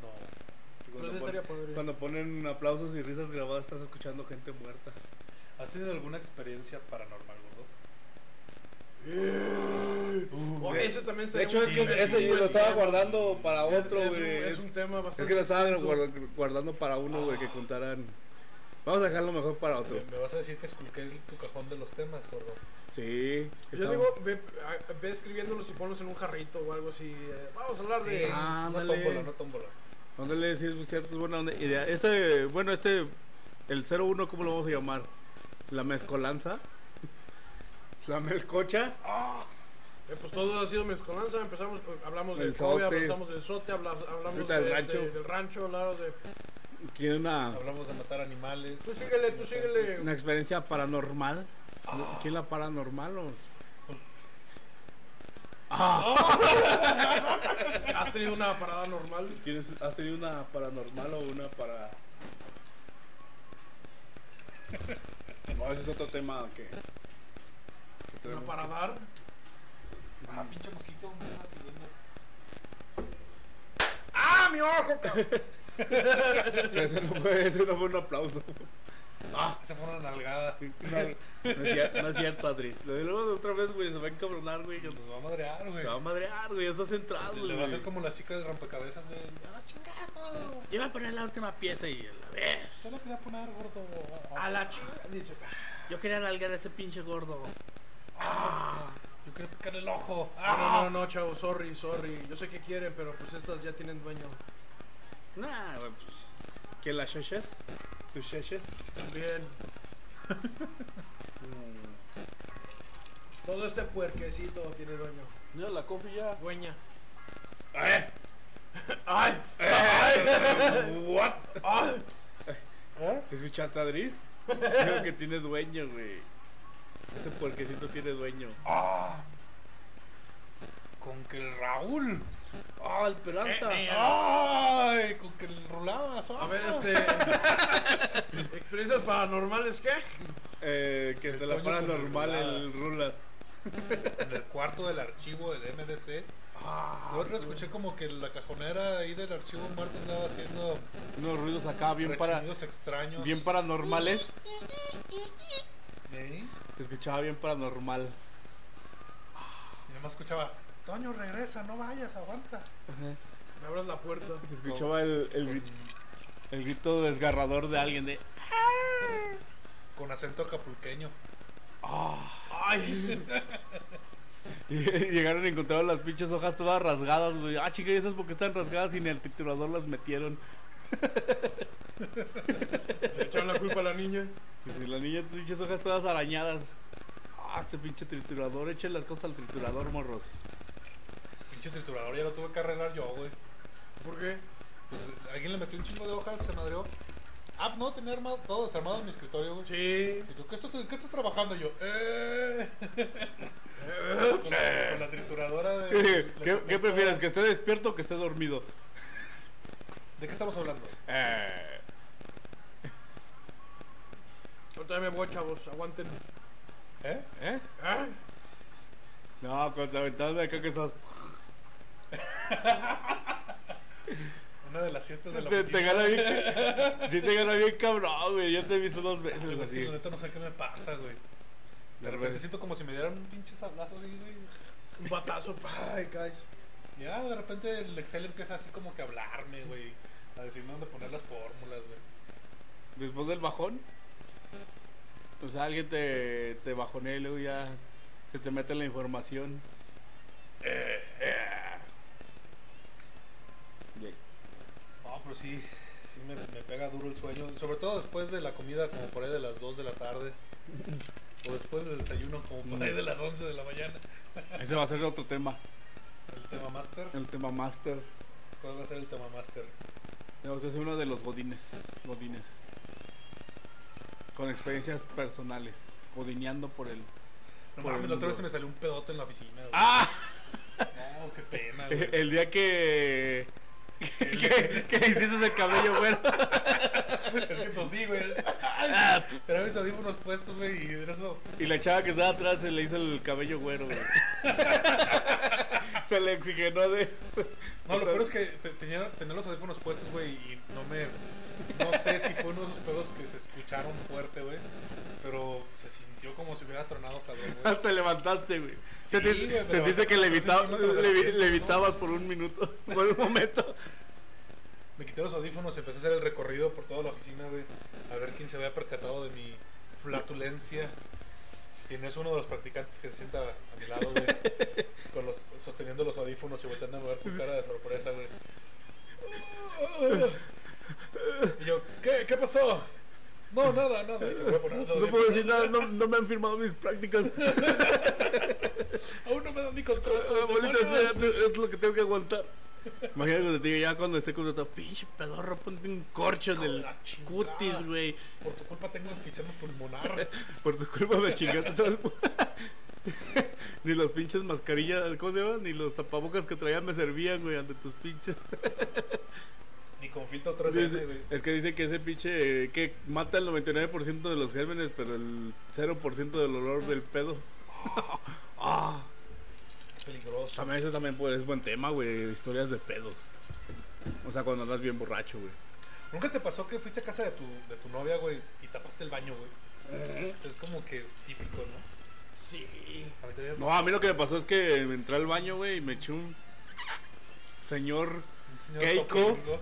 S3: No.
S2: Pero
S1: Cuando,
S2: eso
S1: pon-
S2: estaría padre.
S1: cuando ponen aplausos y risas grabadas estás escuchando gente muerta.
S3: ¿Has tenido alguna experiencia paranormal, gordo?
S2: Oh,
S1: de-
S2: ese también
S1: De
S2: estaría
S1: hecho,
S2: muy
S1: es que
S2: chido.
S1: este yo lo estaba guardando para
S2: Es-
S1: otro,
S2: es un-
S1: güey.
S2: Es,
S1: Es,
S2: un tema bastante
S1: es que lo estaba
S2: extenso.
S1: guarda- guardando para uno, güey, que contaran... Vamos a dejarlo mejor para otro.
S3: Me vas a decir que esculqué el- tu cajón de los temas, gordo.
S1: Sí.
S2: Yo
S1: estaba-
S2: digo, ve, a- ve escribiéndolos y ponlos en un jarrito o algo así. eh, Vamos a hablar de...
S1: Ah,
S3: una
S1: ándale.
S3: tómbola, una tómbola.
S1: Ándale, sí, es cierto, es buena onda- idea. Este, bueno, este, el 01, ¿cómo lo vamos a llamar? ¿La mezcolanza? ¿La melcocha?
S2: Eh, pues todo ha sido mezcolanza, empezamos, con- hablamos del
S1: El
S2: sobe,
S1: sote.
S2: hablamos del sote, habla- hablamos
S1: Ahorita del
S2: de-
S1: rancho.
S2: de- del rancho, hablamos de...
S1: ¿Quiere una,
S3: Hablamos de matar animales.
S2: Tú síguele, tú síguele.
S1: una experiencia paranormal? ¿Quién la paranormal o...?
S2: ¿Has tenido una parada normal?
S1: ¿Tienes, ¿Has tenido una paranormal o una para...? No, ese es otro tema que... que
S2: ¿Una
S1: tenemos.
S2: para dar?
S3: Ah, pinche mosquito, me está siguiendo.
S2: ¡Ah, mi ojo! cabrón!
S1: Ese no fue, ese no fue un aplauso.
S3: Ah, esa fue una nalgada.
S1: No, no es cierto, no es cierto, Adris. Lo digo otra vez, güey, se va a encabronar, güey.
S3: Nos va a madrear, güey.
S1: Se va a madrear, güey, ya estás centrado,
S3: Le
S1: güey.
S3: va a hacer como la chica del rompecabezas, güey. Ah, chingado.
S1: Yo voy a poner la última pieza y a la vez.
S3: Yo la quería poner, gordo.
S2: A la chica, dice.
S1: Yo quería nalgar a ese pinche gordo.
S3: Yo quería picarle el ojo.
S2: No,
S3: Ah,
S2: no, no, no, chavo, sorry, sorry. Yo sé que quieren, pero pues estas ya tienen dueño.
S1: Nah, güey. Pues. ¿Qué las sheshes? ¿Tus sheshes?
S2: También. Todo este puerquecito tiene dueño.
S1: No, la coffee ya.
S2: Dueña.
S1: ¡Ay! ¿What?
S3: ¿Eh?
S1: ¿Se escuchaste, Adris? Creo que tiene dueño, güey. Ese puerquecito tiene dueño.
S3: Ah. Con que el Raúl.
S1: ¡Ah, el Peralta!
S3: Ay, con que el ruladas.
S2: A ver, este. ¿Experiencias paranormales qué?
S1: Eh, que
S3: El
S1: te la
S3: Toño
S1: paras
S3: con
S1: normal el
S3: rulas.
S1: Rulas.
S3: En el cuarto del archivo del MDC.
S2: Ah,
S3: Yo otro escuché como que la cajonera ahí del archivo muerto andaba haciendo
S1: Unos ruidos acá bien, para,
S3: rechinidos extraños.
S1: bien paranormales.
S3: ¿Eh?
S1: Se escuchaba bien paranormal.
S3: Y nada más escuchaba, Toño, regresa, no vayas, aguanta.
S2: Me abras la puerta.
S1: Se escuchaba el, el, gri- el grito desgarrador de alguien de...
S3: Con acento acapulqueño.
S2: ¡Ay!
S1: Y llegaron y encontraron las pinches hojas todas rasgadas, güey. Ah, chica, ¿y esas porque están rasgadas y ni el triturador las metieron.
S2: Le echaron la culpa a la niña.
S1: Y la niña, pinches hojas todas arañadas. Ah, este pinche triturador, echen las cosas al triturador, morros.
S3: Pinche triturador, ya lo tuve que arreglar yo, güey.
S2: ¿Por qué?
S3: Pues eh, alguien le metió un chingo de hojas, se madreó. Ah, no, tenía armado, todo desarmado en mi escritorio, güey.
S2: Sí.
S3: Y tú, ¿qué estás, qué estás trabajando? Y yo, eh. con, con la trituradora de.
S1: ¿Qué, qué prefieres, que esté despierto o que esté dormido?
S3: ¿De qué estamos hablando?
S1: Eh,
S2: Ahorita ya me voy, chavos. Aguanten.
S3: ¿Eh?
S1: ¿Eh?
S2: ¿Eh?
S1: No, con la ventana de acá que estás...
S3: una de las siestas de la
S1: Te, te
S3: oficina.
S1: gana bien. Sí, te gana bien, cabrón, güey. Yo te he visto dos veces
S3: Yo, Es que
S1: así.
S3: la neta no sé qué me pasa, güey. De repente siento como si me dieran un pinche sablazo así, güey.
S2: Un batazo, ay, guys.
S3: Ya, de repente el Excel empieza así como que a hablarme, güey. A decirme dónde poner las fórmulas, güey.
S1: Después del bajón. O sea, alguien te, te bajonea y luego ya se te mete la información.
S3: No, pero sí, sí me, me pega duro el sueño. Sobre todo después de la comida, como por ahí de las 2 de la tarde. O después del desayuno, como por ahí de las 11 de la mañana.
S1: Ese va a ser otro tema.
S3: El tema master.
S1: El tema master.
S3: ¿Cuál va a ser el tema master?
S1: Tenemos que hacer uno de los godines. Godines. Con experiencias personales. Godineando por el.
S3: No
S1: Por el
S3: mames, la otra
S1: mundo.
S3: vez se me salió un pedote en la oficina. güey.
S1: ¡Ah!
S3: No, Oh, qué pena, güey.
S1: El día que. que, que hiciste el cabello, güey.
S3: Es que tosí, güey.
S1: Ah,
S3: Pero mis audífonos puestos, güey, y era eso.
S1: Y la chava que estaba atrás se le hizo el cabello güero, güey. se le exigenó de.
S3: No, lo peor es que te- tenía, tenía los audífonos puestos, güey, y no me. No sé si fue uno de esos pedos que se escucharon fuerte, güey. Pero se sintió como si hubiera tronado, cabrón, güey.
S1: Hasta levantaste, güey. Sentiste,
S3: güey, pero-
S1: sentiste que
S3: pero
S1: levita-
S3: sí, no te lo
S1: levi-
S3: siento,
S1: levitabas por un minuto, por un momento.
S3: Me quité los audífonos y empecé a hacer el recorrido por toda la oficina, güey. A ver quién se había percatado de mi flatulencia. Y no es uno de los practicantes que se sienta a mi lado, güey. con los- sosteniendo los audífonos y volteando a ver con cara de sorpresa, güey. Y yo, ¿qué? ¿Qué pasó? No, nada, nada. Y se fue a poner los
S1: No
S3: audífonos.
S1: puedo decir nada, no, no me han firmado mis prácticas.
S3: Aún no me dan mi contrato.
S1: Abuelita,
S3: demonios".
S1: esto es, es lo que tengo que aguantar. Imagínate cuando te digo, ya cuando esté contratado, pinche pedorro, ponte un corcho en el
S3: la chingada.
S1: cutis, güey.
S3: Por tu culpa tengo enfisema pulmonar.
S1: Por tu culpa me chingaste todo el mu- Ni los pinches mascarillas, ¿cómo se llaman? Ni los tapabocas que traía me servían, güey, ante tus pinches.
S3: Ni con filtro 3
S1: Dice- es que dice que ese pinche eh, que mata el 99% de los gérmenes, pero el 0% del olor del pedo. Ah,
S3: Peligroso.
S1: también eso también pues, es buen tema, güey, historias de pedos. O sea, cuando andas bien borracho, güey.
S3: ¿Nunca te pasó que fuiste a casa de tu, de tu novia, güey, y tapaste el baño, güey? Es, es como que típico, ¿no?
S2: Sí.
S3: A mí también me
S1: No, a mí lo que me pasó es que entré al baño, güey, y me eché un señor,
S3: pasó, señor
S1: Keiko.
S3: Topolino.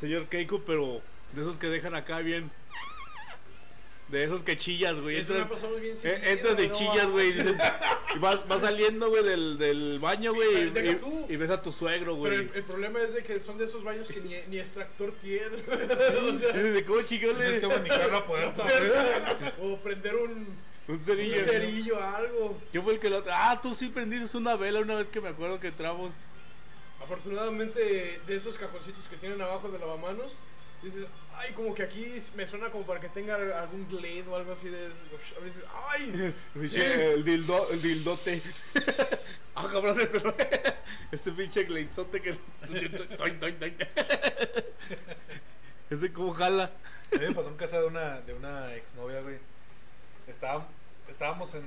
S1: señor Keiko, pero de esos que dejan acá bien. De esos que chillas, güey.
S2: Eso me
S1: Entras,
S2: pasó muy bien.
S1: eh, entras y
S2: no
S1: chillas, güey. y dices- Y vas, vas saliendo, güey, del, del baño, güey.
S2: Deja
S1: y-
S2: tú.
S1: Y, y ves a tu suegro,
S2: Pero
S1: güey.
S2: el, el problema es de que son de esos baños que ni, ni extractor tiene. o,
S1: Y
S2: sea,
S1: dices, ¿Cómo chingón
S3: Tienes que
S1: le-
S3: abanicar la puerta, güey.
S2: o prender un,
S1: Un
S2: un
S1: cerillo.
S2: cerillo, algo.
S1: Yo fui el que lo. Ah, tú sí prendiste una vela una vez que me acuerdo que entramos.
S2: Afortunadamente, de esos cajoncitos que tienen abajo de lavamanos, dices, ay, como que aquí me suena como para que tenga algún glade o algo así de. A veces, ay,
S1: El, dildo, el dildote. ah, cabrón, este, este pinche gleizote que. Toin, toin, toin. Ese como jala.
S3: A mí me pasó en casa de una, de una exnovia, güey. Estaba- estábamos en,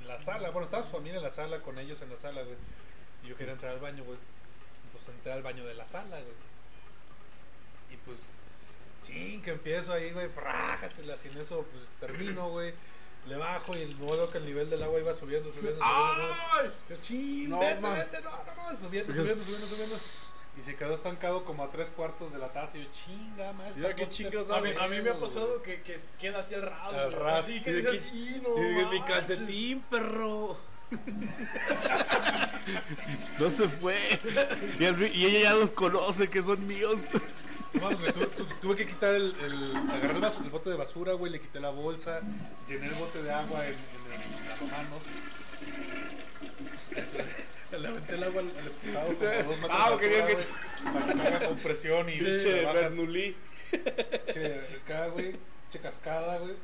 S3: en la sala, bueno, estaba su familia en la sala, con ellos en la sala, güey. Y yo quería entrar al baño, güey. Pues entré al baño de la sala, güey. Y pues, ching, que empiezo ahí, güey, rájatela. Y en eso, pues termino, güey. Le bajo y luego veo que el nivel del agua iba subiendo, subiendo, subiendo.
S1: Ah,
S3: güey. Yo, ching,
S1: No,
S3: Pues vete,
S1: ma.
S3: vete, no, no, no, subiendo, subiendo, subiendo, subiendo. Y se quedó estancado como a tres cuartos de la taza. Y yo, chinga, más.
S1: Mira qué chingados
S2: a mí, a mí me ha pasado que, que queda así al ras.
S3: Al
S2: güey,
S3: ras.
S2: Así que
S1: Y de
S2: dices, "Sí, no
S1: Eh, Mi
S2: manches".
S1: calcetín, perro. No se fue. Y, al fin- y ella ya los conoce, que son míos.
S3: Vamos, güey, tuve, tu- tuve que quitar el, el- agarré el, bas- el bote de basura, güey, le quité la bolsa, llené el bote de agua en, en, en las manos. Ese- Le aventé el agua al, al excusado como a dos metros
S1: Ah,
S3: de
S1: querías que-
S3: altura, güey, para que haga compresión y
S1: Pinche
S3: baja-
S1: Bernulí.
S3: che, acá, güey, che cascada, güey,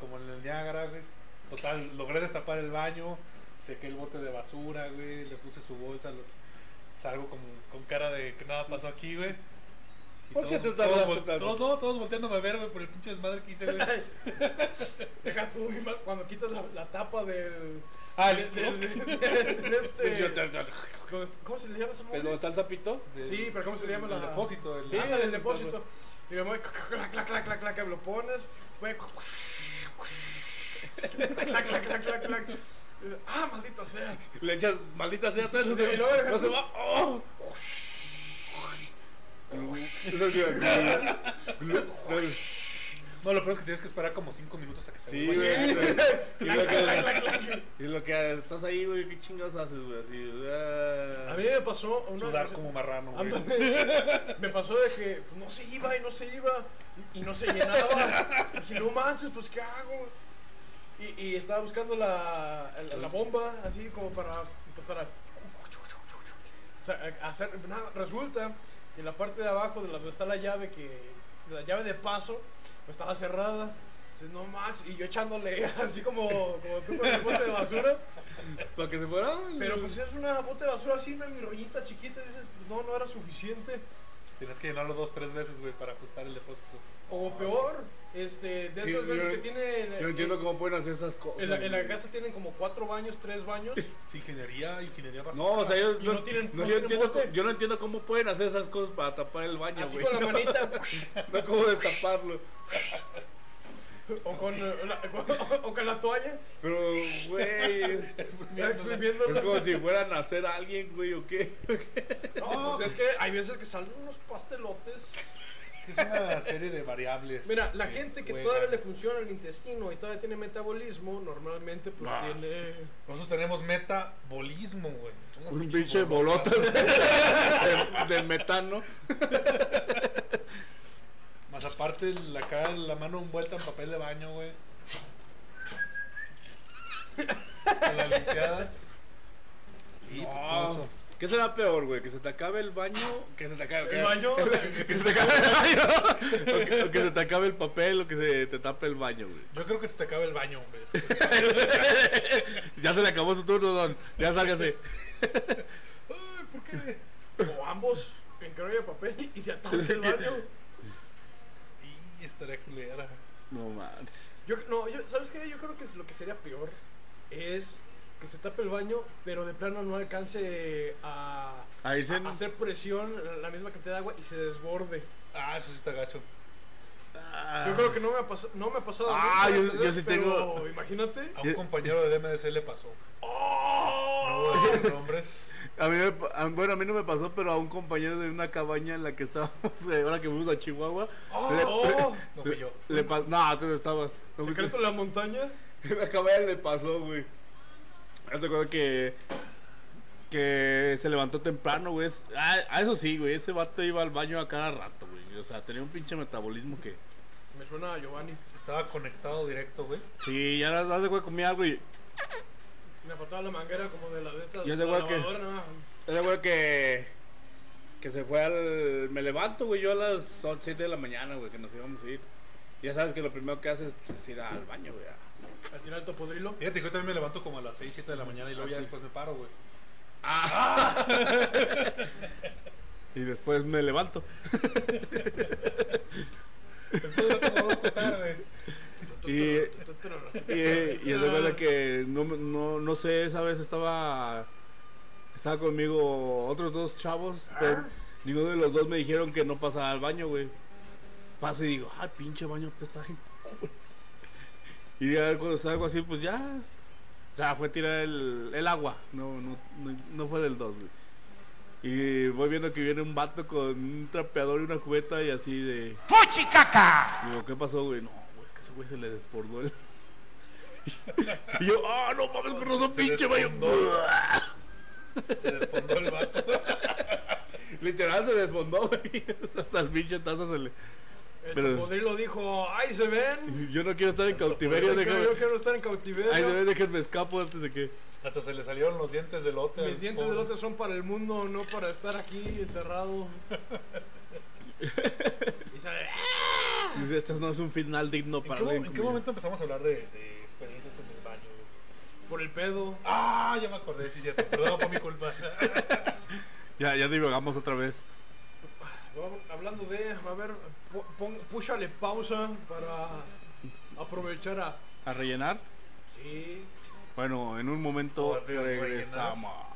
S3: como en el Niágara, güey.
S1: Ah.
S3: Total, logré destapar el baño, sequé el bote de basura, güey, le puse su bolsa, lo- salgo como con cara de que nada pasó aquí, güey. Y
S1: ¿Por qué
S3: todos-
S1: te tardaste
S3: todos vol-
S1: tanto?
S3: Todos, no, todos volteándome a ver, güey, por el pinche desmadre que hice, güey.
S2: Deja tú, y ma- cuando quitas la, la tapa del,
S3: Ah,
S2: De-
S3: el
S2: de-
S3: Brook.
S2: de- de- de este-
S1: Pero
S2: ¿cómo- ¿Cómo se le llama esa madre?
S1: ¿dónde está el sapito?
S3: Del-
S2: Sí, pero ¿cómo se le llama
S3: El
S2: la-
S3: depósito. El,
S2: Sí,
S3: Ah,
S2: el depósito. Y me voy, clac, clac, clac, clac, clac, lo pones, güey. Clac, clac, clac, clac, clac. Ah, maldito sea.
S1: Le echas maldita sea todos los
S2: Y luego-
S1: No se va. ¡Oh!
S3: No, lo peor es que tienes que esperar como 5 minutos a que se
S1: Sí,
S3: vuelva.
S1: güey. Y lo
S2: Clac,
S1: que,
S2: clac, clac, clac.
S1: y lo que estás ahí, güey, qué chingados haces, güey. Así,
S2: A
S1: ah.
S2: mí me pasó una
S3: Sudar como marrano, güey.
S2: Ándale. Me pasó de que pues, no se iba y no se iba y, y no se llenaba. Dije, no manches, pues ¿qué hago? Y, y estaba buscando la, la, la bomba, así como para, pues, para o sea, a- hacer. Nada. Resulta que en la parte de abajo de la, donde está la llave, que la llave de paso, pues estaba cerrada. Dices, no manches, y yo echándole así como, como tú con el bote de basura.
S1: Para que se fuera.
S2: Pero pues es una bota de basura así, una mi rollita chiquita, y dices, no, no era suficiente.
S3: Tienes que llenarlo dos, tres veces, güey, para ajustar el depósito.
S2: O peor, este, de
S1: Sí,
S2: esas veces
S1: yo-
S2: que tienen...
S1: Yo no entiendo cómo pueden hacer esas cosas.
S2: En la, en la
S1: güey.
S2: casa tienen como cuatro baños, tres baños.
S3: Sí, ingeniería, ingeniería básica.
S1: No, o sea, yo
S2: Y
S1: no,
S2: no tienen-
S1: no,
S2: no
S1: yo,
S2: tienen
S1: entiendo
S2: bote.
S1: cómo, yo no entiendo cómo pueden hacer esas cosas para tapar el baño,
S2: así
S1: güey.
S2: con la
S1: No,
S2: manita.
S1: no cómo destaparlo.
S2: o, con, eh, la, o, con la toalla.
S1: Pero, güey,
S2: exprimiendo
S1: es como si fueran a hacer a alguien, güey, o qué.
S2: No, pues es que hay veces que salen unos pastelotes.
S3: Es que es una serie de variables.
S2: Mira, la
S3: que
S2: gente que
S3: juegan.
S2: todavía le funciona el intestino y todavía tiene metabolismo, normalmente pues tiene...
S3: Nosotros tenemos metabolismo, güey. Somos
S1: Un
S3: pinches
S1: pinche
S3: bolotas.
S1: bolotas de, de metano.
S3: Más aparte, el- acá la mano envuelta en papel de baño, güey. Con la limpiada. Sí, pues, todo eso.
S1: ¿Qué será peor, güey? ¿Que se te acabe el baño? ¿Que se te acabe
S2: El baño...
S1: ¿Que se te acabe el baño? ¿O que, o que se te acabe el papel o que se te tape el baño, güey?
S3: Yo creo que se te acaba el baño, güey.
S1: ya se le acabó su turno, don. Ya sálgase.
S2: Ay, ¿por qué? O ambos en creo de papel y se atasca el baño.
S3: Y estaría culera.
S1: No mames.
S2: Yo, no, yo, ¿sabes qué? Yo creo que es lo que sería peor es que se tape el baño, pero de plano no alcance a,
S1: A irse en-
S2: a hacer presión la- la misma cantidad de agua y se desborde.
S3: Ah, eso sí está gacho.
S1: Ah.
S2: Yo creo que no me ha, pas- no me ha pasado.
S1: Ah,
S2: nunca,
S1: yo-
S2: gracias a
S1: yo sí
S2: Dios,
S1: tengo-
S2: pero Imagínate.
S3: A un compañero de MDC le pasó.
S1: ¡Oh!
S3: No voy a decir nombres.
S1: A mí me pa- a- bueno, a mí no me pasó, pero a un compañero de una cabaña en la que estábamos, eh, ahora que fuimos a Chihuahua, le-
S2: ¡Oh!
S3: No fui yo.
S1: le pasó. No, tú no estabas. No fuiste.
S2: Secreto de la montaña.
S1: la cabaña le pasó, güey. Yo te acuerdo que. Que se levantó temprano, güey. Es- Ah, ah, eso sí, güey. Ese vato iba al baño a cada rato, güey. O sea, tenía un pinche metabolismo que.
S2: Me suena a Giovanni.
S3: Estaba conectado directo, güey.
S1: Sí, ya las hace, güey, comía algo y.
S2: Me faltaba la manguera como de la de estas.
S1: Yo
S2: la
S1: tengo que-
S2: lavadora, nada más.
S1: Yo te acuerdo que. Que se fue al. Me levanto, güey, yo a las 7 de la mañana, güey, que nos íbamos a ir. Ya sabes que lo primero que haces pues, es ir al baño, güey. a-
S2: Al tirar el topodrilo.
S3: Fíjate que yo también me levanto como a las 6, 7 de la mañana y luego ya después me paro, güey.
S1: Y después me levanto. Y, y, y es de verdad que no, me- no, no sé, esa vez estaba estaba conmigo otros dos chavos, pero ninguno de los dos me dijeron que no pasara al baño, güey. Paso y digo, ay, pinche baño, pues está bien culo". Y ya cuando salgo así, pues ya. O sea, fue tirar el, el agua, no, no, no, no fue del dos, güey. Y voy viendo que viene un vato con un trapeador y una cubeta y así de... ¡Fuchicaca! Digo, ¿qué pasó, güey? No, güey, es que ese güey se le desbordó el... y yo, ¡ah, no mames, con razón,
S3: Se
S1: pinche baño!
S3: desfondó. Se desfondó el vato.
S1: Literal se desbondó, güey. Hasta el pinche taza se le...
S2: El
S1: Pero-
S2: topodrilo dijo, ¡ay, se ven!
S1: Yo no quiero estar en cautiverio,
S2: Yo
S1: déjame...
S2: quiero- yo quiero estar en cautiverio.
S1: Ay, déjame, déjenme escapo antes de que...
S3: Hasta se le salieron los dientes del lote.
S2: Mis dientes del otro son para el mundo, no para estar aquí encerrado. y sale, ¡ah!
S1: Dice, Esto no es un final digno
S3: ¿En
S1: para
S3: qué, mo-
S1: alguien
S3: en qué
S1: como yo".
S3: momento empezamos a hablar de, de experiencias en el baño? güey?
S2: por el pedo.
S3: Ah, ya me acordé, sí, cierto. Perdón, fue mi culpa.
S1: Ya, ya divagamos otra vez.
S2: Vamos- Hablando de, a ver, po- pon- púchale pausa para aprovechar a.
S1: ¿A rellenar?
S2: Sí.
S1: Bueno, en un momento
S9: Joder, güey,
S1: regresamos.